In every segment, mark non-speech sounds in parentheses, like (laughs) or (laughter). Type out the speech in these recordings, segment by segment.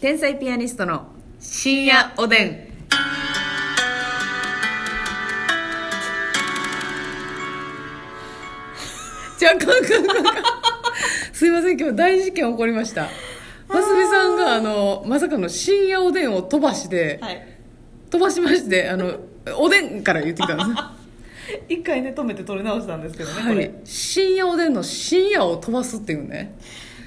天才ピアニストの深夜おでん。じゃあ、かんかんかんかん。すいません、今日大事件起こりました。ますみさんが、あの、まさかの深夜おでんを飛ばして、はい飛ばしまして、あの、おでんから言ってきたんです。一回ね止めて撮り直したんですけどね、はこいれ、深夜おでんの深夜を飛ばすっていうね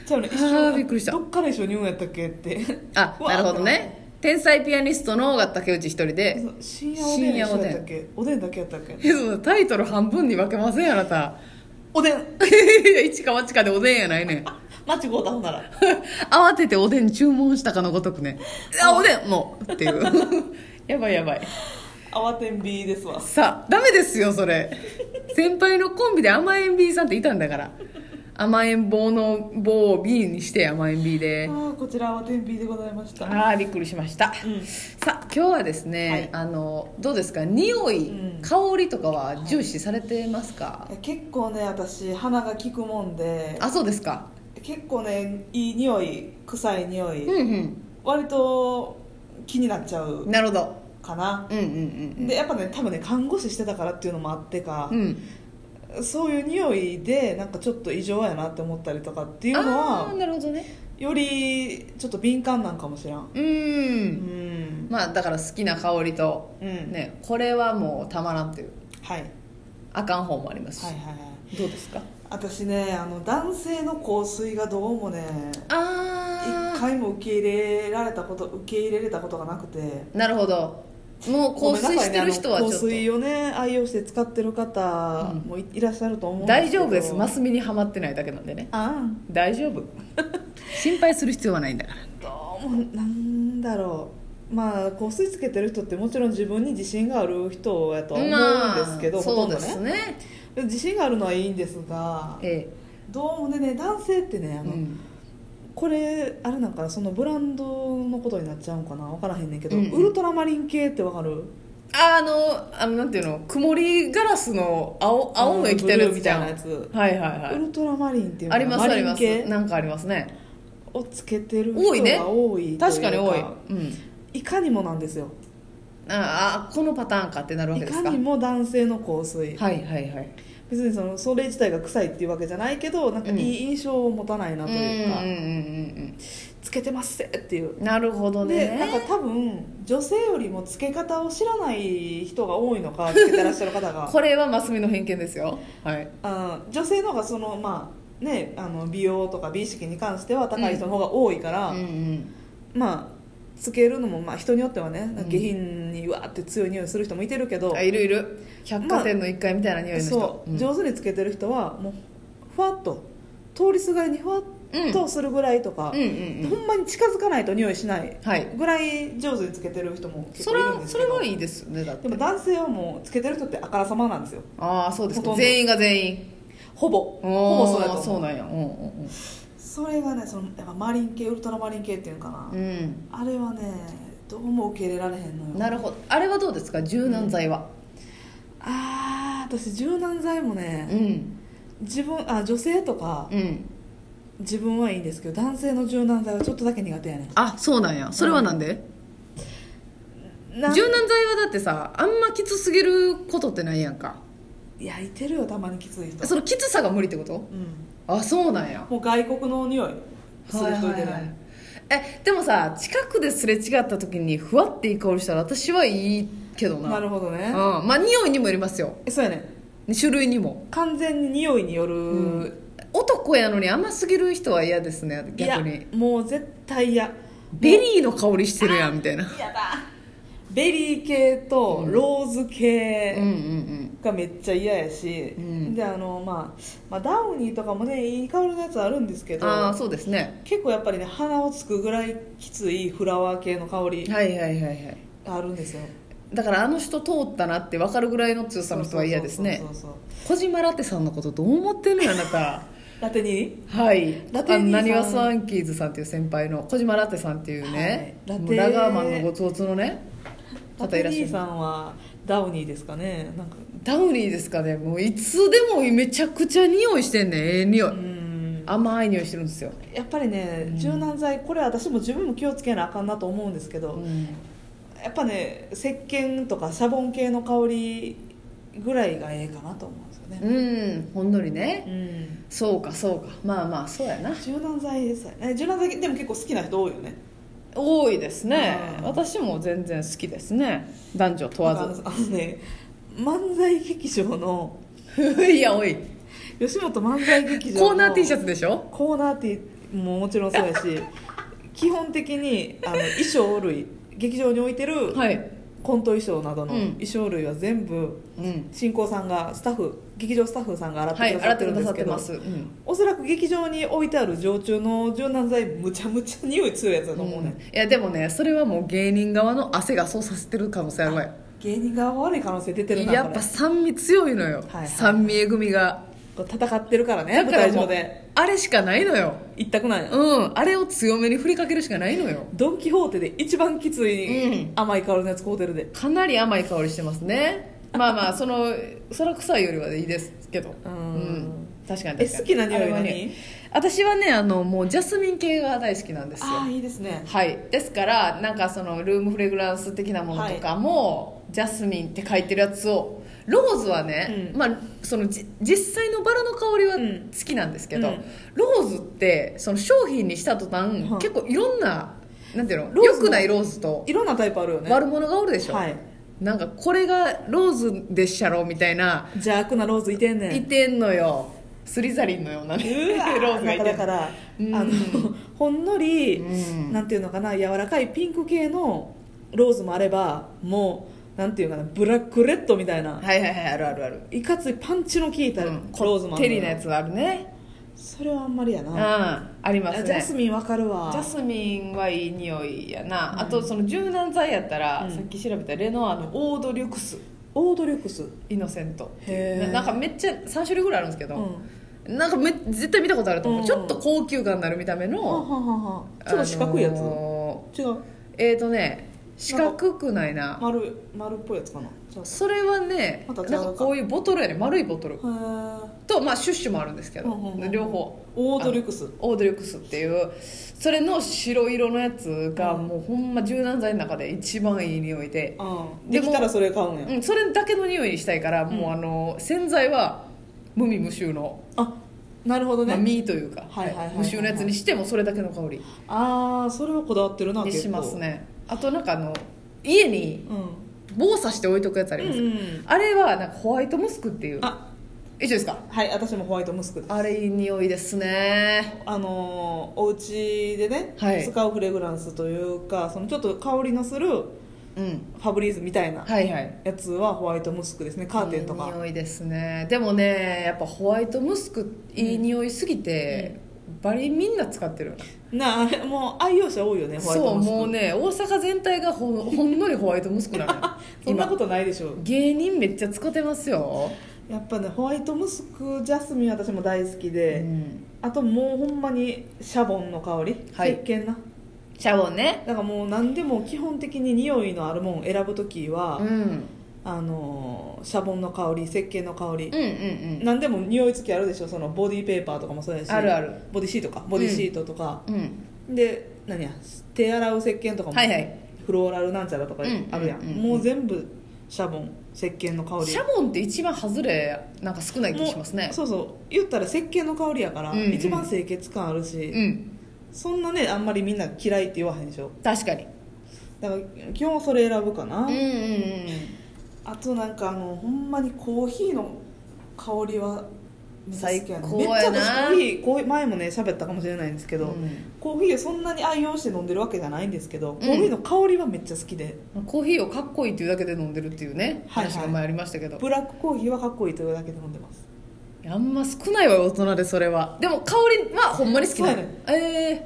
じゃあね一あー瞬びっくりしたどっから一緒に言うんやったっけってあわなーるほどね天才ピアニストのが竹内一人でそう深夜おでん一緒やったっけおでんだけやったっけえそのタイトル半分に分けませんあなた (laughs) おでん一か八かでおでんやないねん (laughs) 間違うたほんなら慌てておでん注文したかのごとくねあおでんもうっていう (laughs) やばいやばい慌てんびですわさあダメですよそれ先輩のコンビで甘えん B さんっていたんだから甘えん坊の棒を B にして甘えん B あでーこちら慌てんびでございましたああびっくりしました、うんさあ今日はですね、あのどうですか匂い、うん香りとかは重視されてますか、結構ね私鼻が利くもんであそうですか結構ねいい匂い臭い匂い、うんうん割と気になっちゃうなるほどかな、うんうんうんでやっぱね多分ね看護師してたからっていうのもあってかう、んそういう匂いでなんかちょっと異常やなって思ったりとかっていうのあはーなるほどねよりちょっと敏感なんかもしらんううんんまあだから好きな香りとうん、ねこれはもうたまらんというはい、はいあかん方もありますし、はいはいどうですか私ねあの男性の香水がどうもねあ一回も受け入れられたこと受け入れれたことがなくてあなるほどもう香水してる人はちょっごと、めんなさいねあの香水をね愛用して使ってる方もい,、らっしゃると思うん大丈夫ですマますスミにはまってないだけなんでねあん大丈 (laughs) 夫心配する必要はないんだからどうもなんだろうまあ香水つけてる人ってもちろん自分に自信がある人やとは思うんですけど、まあほとんそうでどすねね自信があるのはいいんですがえどうもね男性ってねえあうの、んこれあれなんかなそのブランドのことになっちゃうんかな分からへんねんけど、うんうんウルトラマリン系って分かるあのあのなんていうの曇りガラスの青青の液体のやブルーつみじたいゃんなやつ、はいはいはウいルトラマリンっていうのありますあマりリンます系なんかありますねをつけてる多い人ねが多いという確かに多い、うん、いかにもなんですよああこのパターンかってなるわいけですかかにも男性の香水はいはいはい別にそのそれ自体が臭いっていうわけじゃないけどなんかいい印象を持たないなというか、うんうんうんつけてますせっていううんなるほどでなんねか多分女性よりもつけ方を知らない人が多いのかつけてらっしゃる方 (laughs) がこれはマスミの偏見ですよはいあ女性の方がそのまあねあの美容とか美意識に関しては高い人の方が多いから、うんうんまあつけるのもまあ人によってはねなんか下品にうわーって強い匂いする人もいてるけど、あいるいる百貨店の1階みたいな匂いの人、そう、うん上手につけてる人はもうふわっと通りすがりにふわっとするぐらいとか、うんうんうんほんまに近づかないと匂いしないはいぐらい上手につけてる人も結そ構いれるんはでそすけれどはいいですよねだってでも男性はもうつけてる人ってあからさまなんですよああそうですかほとんど全員が全員ほぼほぼそうだあーとそう思うなんやうんうんそれがねそのやっぱマリン系ウルトラマリン系っていうのかな、うん、あれはねどうも受け入れられへんのうん、よなるほどあれはどうですか柔軟剤はあー私柔軟剤もうねん自分あ女性とかうん自分はいいんですけど男性の柔軟剤はちょっとだけ苦手やねあそうなんやそれはなんで、んな柔軟剤はだってさあんまきつすぎることってないやんか焼いてるよたまにきつい人そのきつさが無理ってことうんあそうなんやもう外国の匂いする人いてはるははえでもさ近くですれ違った時にふわっていい香りしたら私はいいけどななるほどねうん、まあ匂いにもよりますよえそうやね種類にも完全に匂いによる、男やのに甘すぎる人は嫌ですねいや逆にもう絶対嫌ベリーの香りしてるやんみたいなやだベリー系とローズうんう系んがめっちゃ嫌やし、うんであの、まあ、まあダウニーとかもねいい香りのやつあるんですけうんどああそうですね結構やっぱりね鼻をつくぐらいきついフラワー系の香りはいはいはいはいがあるんですよだからあの人通ったなって分かるぐらいの強さの人は嫌ですねそうそうそうそう小島ラテさんのことどう思ってんのよあな (laughs) たラテにはいラテあの兄さんなにわスワンキーズさんっていう先輩の小島ラテさんっていうね、はいラテもうラガーマンのごつつのねラ方いテらっしゃニるーさんはダウニーですかねなんかダウニーですかねもういつでもめちゃくちゃ匂いしてんねんええ匂い、うん甘い匂いしてるんですよ、やっぱりね、うん柔軟剤これ私も自分も気をつけなあかんなと思うんですけど、やっぱね石鹸とかシャボン系の香りぐらいがええかなと思うんですよね、うんほんのりねうんそうかそうかまあまあそうやな柔軟剤ですよね柔軟剤でも結構好きな人多いよね多いですねうん私も全然好きですね男女問なんわかあのあのね漫才劇場のずいや (laughs) おい吉本漫才劇場のコーナー T シャツでしょコーナー T ももちろんそうやし基本的にあの衣装類劇場に置いてるはい、コント衣装などのうん衣装類は全部うん進行さんがスタッフ劇場スタッフさんが洗ってはいくださ洗っっててるくんでださすっけてまど、す、うんおそらく劇場に置いてある常駐の柔軟剤むちゃむちゃ匂い強いやつだと思うね、いやでもねそれはもう芸人側の汗がそうさせてる可能性あるわよ芸人が悪い可能性出てるなやっぱ酸味強いのよ、はいはい酸味えぐみがこれ戦ってるからねだ舞から台も上うであれしかないのよ一択なんや、うんあれを強めに振りかけるしかないのよドン・キホーテで一番きつい、うん甘い香りのやつ買うてるでかなり甘い香りしてますねまあまあそのそら臭いよりはいいですけどうん確かに確かにえ好きな匂いあれはね何私はねあのもうジャスミン系が大好きなんですよああいいですねはい、ですからなんかそのルームフレグランス的なものとかも、ジャスミンって書いてるやつをローズはね、うんまあ、そのじ実際のバラの香りはうん好きなんですけど、うんローズってその商品にした途端、うん結構いろんななんていうのローズ良もくないローズといろんなタイプあるよね悪者がおるでしょ、はいなんかこれがローズでっしゃろみたいな、邪悪なローズいてんねん (laughs) いてんのよスリザリンのようなねうわローズがないてんかんのだから、うん (laughs) あのほんのり、うんなんていうのかな柔らかいピンク系のローズもあればもうなんていうかなブラックレッドみたいな、はいはいはいあるあるあるい、かついパンチの効いたロうんーズもあこるってりなやつがあるねそれはあんまりやうな、んありますねジャスミンわかるわジャスミンはいい匂いやな、あとその柔軟剤やったら、うんさっき調べたレノアのオードリュクスオードリュクス、イノセントっていうへーななんかめっちゃ3種類ぐらいあるんですけうん、ど、なんかめ絶対見たことあると思う、うんちょっと高級感のある見た目ははの、ははちょっと四角いやつ、あの違うーえっ、ー、とね四角くないな丸丸っぽいやつかな違うそれはねまなたん違うかかこういうボトルやね丸いボトルへえと、まあ、シュッシュもあるんですけど、うんうんうん両方オードリュクスオードリュックスっていうそれの白色のやつがうんもうほんま柔軟剤の中で一番いい匂いで、うんででもきたらそれ買うんや、うん、それだけの匂いにしたいから、もうあの洗剤は無味無臭の、あなるほどね、まあ、身というか、はいはいはいはい無臭のやつにしてもそれだけの香りああそれはこだわってるなに結構しますねあとなんかあの家にうん、棒刺して置いとくやつあります、うんうんあれはなんかホワイトムスクっていうあ一緒ですかはい私もホワイトムスクですあれいい匂いですねあのーお家でね、はい使うフレグランスというかそのちょっと香りのするフうんァブリーズみたいなはいはいやつはホワイトムスクですねカーテンといいか匂いですねでもねやっぱホワイトムスクいい匂いすぎて、バリみんな使ってるよねなあ (laughs) れもう愛用者多いよねホワイそトうムスクもうね大阪全体がほんほんのりホワイトムスクなのよ (laughs) そんなこ今とないでしょう芸人めっちゃ使ってますよ、やっぱねホワイトムスクジャスミン私も大好きうで、んあともうほんまにシャボンの香り、はい石鹸なシャボンねだからもう何でも基本的に匂いのあるもん選ぶ時は、うん、うんあのーシャボンの香り石鹸の香りうんう、ん何でも匂い付きあるでしょそのボディーペーパーとかもそうやしあるあるボディシートかボディシートとか、うんで何や手洗う石鹸とかも、はいはいフローラルなんちゃらとかあるやん,、うんうんうんうんもう全部シャボン石鹸の香りシャボンって一番外れなんか少ない気もうしますねそうそう言ったら石鹸の香りやから、うんうん一番清潔感あるし、うんそんなねあんまりみんな嫌いって言わへんでしょ確かにだから基本それ選ぶかな、うんうんあとなんかあのほんまにコーヒーの香りは最高やなめっちゃ私コーヒーコーヒー前もね喋ったかもしれないんですけうど、んコーヒーをそんなに愛用して飲んでるわけじゃないんですけど、コーヒーの香りはめっちゃ好きでうんコーヒーをかっこいいっていうだけで飲んでるっていうねはいはい話が前ありましたけど、ブラックコーヒーはかっこいいというだけで飲んでますあんま少ないわよ大人でそれはでも香りはほんまに好きなのそうやねえ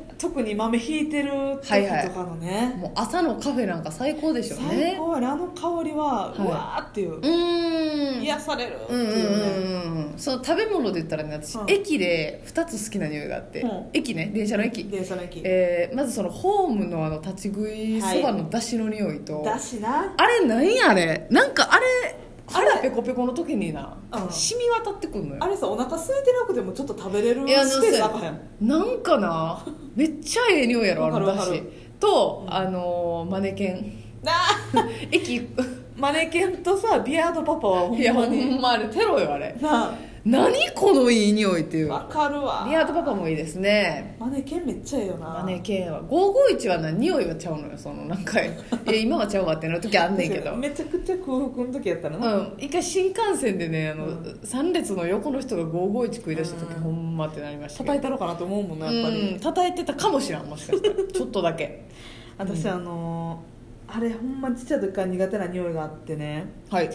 え特に豆ひいてる時はいはいとかのね、もう朝のカフェなんか最高でしょうね最高やねあの香りは、はいうわーっていう、うーん癒されるってうんうんいうね、うんうんその食べ物で言ったらね私、うん駅で2つ好きな匂いがあって、うん駅ね電車の駅、電車の駅えーまずそのホームのあの立ち食いそばの出汁の匂いと、だしなあれなんやあれなんかあれ腹ペコペコの時にな、うん染み渡ってくんのよあれさお腹空いてなくてもちょっと食べれるいやあのスペースあかへんなんかなめっちゃええ匂いやろあのわだかるわかしると、うんあのーマネケンなあ (laughs) 駅いマネケンとさビアードパパはほんやほまんにまあれテロよあれな何このいい匂いっていあうわかるわリアートパパもいいですねマネケンめっちゃええよなマネケンは551はな匂いはちゃうのよそのなんかい (laughs) や今はちゃうわってなる時あんねんけどめちゃくちゃ空腹の時やったらうな、ん、一回新幹線でねあの、うん3列の横の人が551食い出した時、うんほんまってなりました叩いけたろかなと思うもんどなやっぱり、うん叩いてたかもしれんもしかしたらちょっとだけ私、うんあのーあれほんまちっちゃい時から苦手な匂いがあってねはい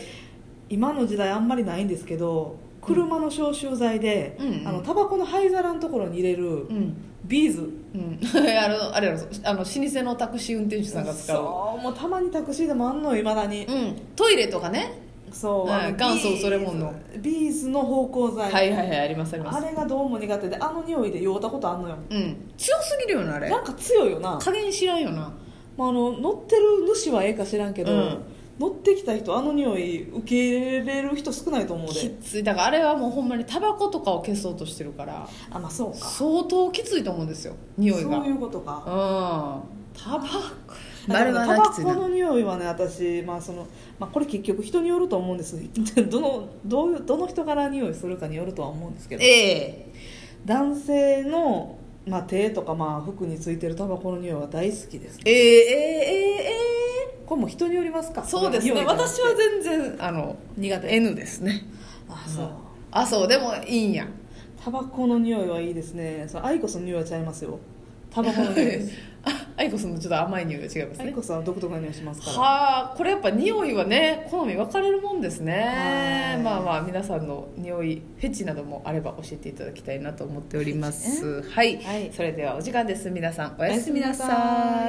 今の時代あんまりないんですけど車の消臭剤で、うんあのタバコの灰皿のところに入れるうん、ビーズうん、 (laughs) あのあれやろあの老舗のタクシー運転手さんが使うそうもうたまにタクシーでもあんのいまだに、うん、トイレとかねそう、はいあの元祖ビーズそれもんのビーズの芳香剤、はいはいはいありますありますあれがどうも苦手であの匂いで酔うたことあんのようん強すぎるよなあれなんか強いよな、加減知らんよなまあ、あの乗ってる主はええか知らんけど、うん乗ってきた人あの匂い受け入れれる人少ないと思うきでついだからあれはもうほんまにタバコとかを消そうとしてるからあまあそうか相当きついと思うんですよ匂いがそういうことかうんタバコあれはタバコの匂いはね私、まあそのまあ、これ結局人によると思うんですど (laughs) のどういうどの人から匂いするかによるとは思うんですけどええ男性の、まあ、手とか、まあ、服についてるタバコの匂いは大好きですえええええこれも人によりますかえそうです匂ねいじゃなくて私は全然あの苦手 N ですねあそう、うんあそうでもいいんやタバコの匂いはいいですねそうアイコスの匂いはちゃいますよタバ (laughs) コの匂いですあアイコスのちょっと甘い匂いが違いますアイねコスは独特な匂いしますからはあこれやっぱ匂いはね好み分かれるもんですはねいまあまあ皆さんの匂いフェチなどもあれば教えていただきたいなと思っております、はい、はいそれではお時間です皆さんおやすみなさおやすみなさいい